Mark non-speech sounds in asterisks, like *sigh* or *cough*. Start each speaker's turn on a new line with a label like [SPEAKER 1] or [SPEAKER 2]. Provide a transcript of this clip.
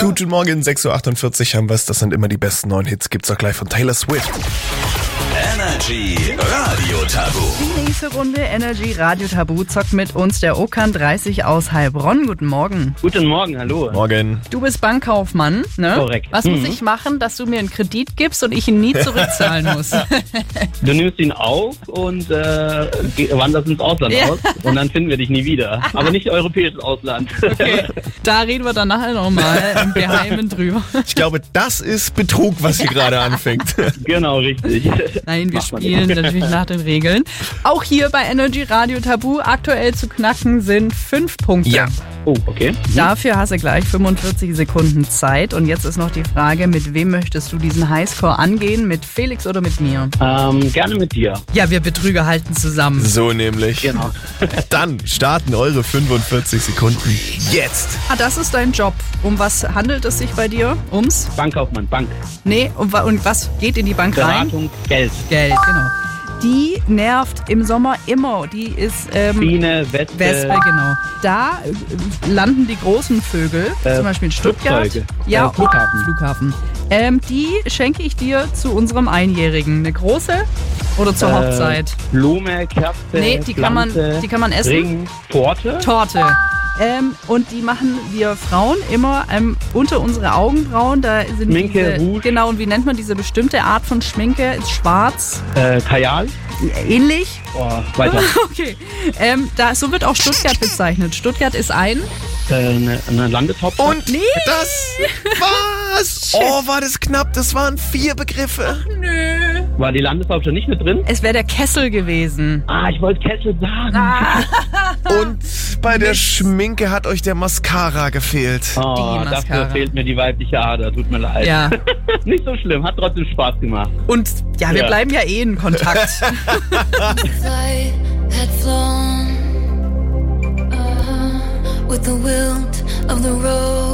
[SPEAKER 1] Guten Morgen, 6.48 Uhr haben wir es. Das sind immer die besten neuen Hits. Gibt's auch gleich von Taylor Swift.
[SPEAKER 2] Energy Radio Tabu.
[SPEAKER 3] Die nächste Runde Energy Radio Tabu zockt mit uns der Okan 30 aus Heilbronn. Guten Morgen.
[SPEAKER 4] Guten Morgen, hallo.
[SPEAKER 1] Morgen.
[SPEAKER 3] Du bist Bankkaufmann, ne?
[SPEAKER 4] Korrekt.
[SPEAKER 3] Was muss ich machen, dass du mir einen Kredit gibst und ich ihn nie zurückzahlen muss?
[SPEAKER 4] Du nimmst ihn auf und äh, ge- wanderst ins Ausland
[SPEAKER 3] Ja.
[SPEAKER 4] aus und dann finden wir dich nie wieder. Aber nicht europäisches Ausland.
[SPEAKER 3] *laughs* Okay. Da reden wir dann nachher nochmal im Geheimen drüber.
[SPEAKER 1] Ich glaube, das ist Betrug, was hier gerade anfängt.
[SPEAKER 4] genau, richtig.
[SPEAKER 3] Nein, wir
[SPEAKER 4] Macht man
[SPEAKER 3] spielen natürlich nach den Regeln. Auch hier bei Energy Radio Tabu aktuell zu knacken sind fünf
[SPEAKER 1] *laughs*
[SPEAKER 3] Punkte.
[SPEAKER 1] Ja.
[SPEAKER 4] Oh, okay.
[SPEAKER 3] Dafür hast du gleich 45 Sekunden Zeit. Und jetzt ist noch die Frage, mit wem möchtest du diesen Highscore angehen? Mit Felix oder mit mir?
[SPEAKER 4] Ähm, gerne mit dir.
[SPEAKER 3] Ja, wir Betrüger halten zusammen.
[SPEAKER 1] So nämlich.
[SPEAKER 4] Genau.
[SPEAKER 1] Dann starten eure 45 Sekunden jetzt.
[SPEAKER 3] Ah, das ist dein Job. Um was handelt es sich bei dir? Ums?
[SPEAKER 4] Bankkaufmann, Bank.
[SPEAKER 3] Nee, um, wa- und was geht in die Bank rein?
[SPEAKER 4] Beratung, Geld.
[SPEAKER 3] Geld, genau. Die nervt im Sommer immer. Die ist ähm,
[SPEAKER 4] Biene, Wespe.
[SPEAKER 3] Wespe, genau. Da äh, landen die großen Vögel,
[SPEAKER 4] Äh,
[SPEAKER 3] zum Beispiel in Stuttgart.
[SPEAKER 4] Flugzeuge.
[SPEAKER 3] Ja,
[SPEAKER 4] Äh, Flughafen.
[SPEAKER 3] Flughafen. Ähm, die schenke ich dir zu unserem Einjährigen. Eine große oder zur Hochzeit?
[SPEAKER 4] Äh, Blume, Kerze.
[SPEAKER 3] Nee, die kann man-
[SPEAKER 4] Pflanze,
[SPEAKER 3] die kann man essen.
[SPEAKER 4] Ring, Torte.
[SPEAKER 3] Torte. Ähm, und die machen wir Frauen immer ähm, unter unsere Augenbrauen. Da sind
[SPEAKER 4] Schminke,
[SPEAKER 3] diese,
[SPEAKER 4] Rouge.
[SPEAKER 3] Genau, und wie nennt man diese bestimmte Art von Schminke? Ist schwarz,
[SPEAKER 4] äh, Kajal.
[SPEAKER 3] ähnlich. *laughs*
[SPEAKER 4] Oh, weiter.
[SPEAKER 3] Okay. Ähm, da, so wird auch Stuttgart bezeichnet. Stuttgart ist ein.
[SPEAKER 4] äh, eine, eine Landeshauptstadt.
[SPEAKER 1] Und
[SPEAKER 3] Nee.
[SPEAKER 1] das war's. Oh, war das knapp. Das waren vier Begriffe.
[SPEAKER 3] Nö.
[SPEAKER 4] War die Landeshauptstadt nicht mit drin?
[SPEAKER 3] Es wäre der Kessel gewesen.
[SPEAKER 4] Ah, ich wollte Kessel sagen.
[SPEAKER 3] Ah.
[SPEAKER 1] Und bei der Schminke hat euch der Mascara gefehlt.
[SPEAKER 4] Oh,
[SPEAKER 3] Die Mascara.
[SPEAKER 4] dafür fehlt mir die weibliche Ader. Tut mir leid.
[SPEAKER 3] Ja.
[SPEAKER 4] *laughs* Nicht so schlimm, hat trotzdem Spaß gemacht.
[SPEAKER 3] Und ja, wir
[SPEAKER 4] Ja.
[SPEAKER 3] bleiben ja eh in Kontakt.
[SPEAKER 5] flight had flown uh, with the wilt of the road.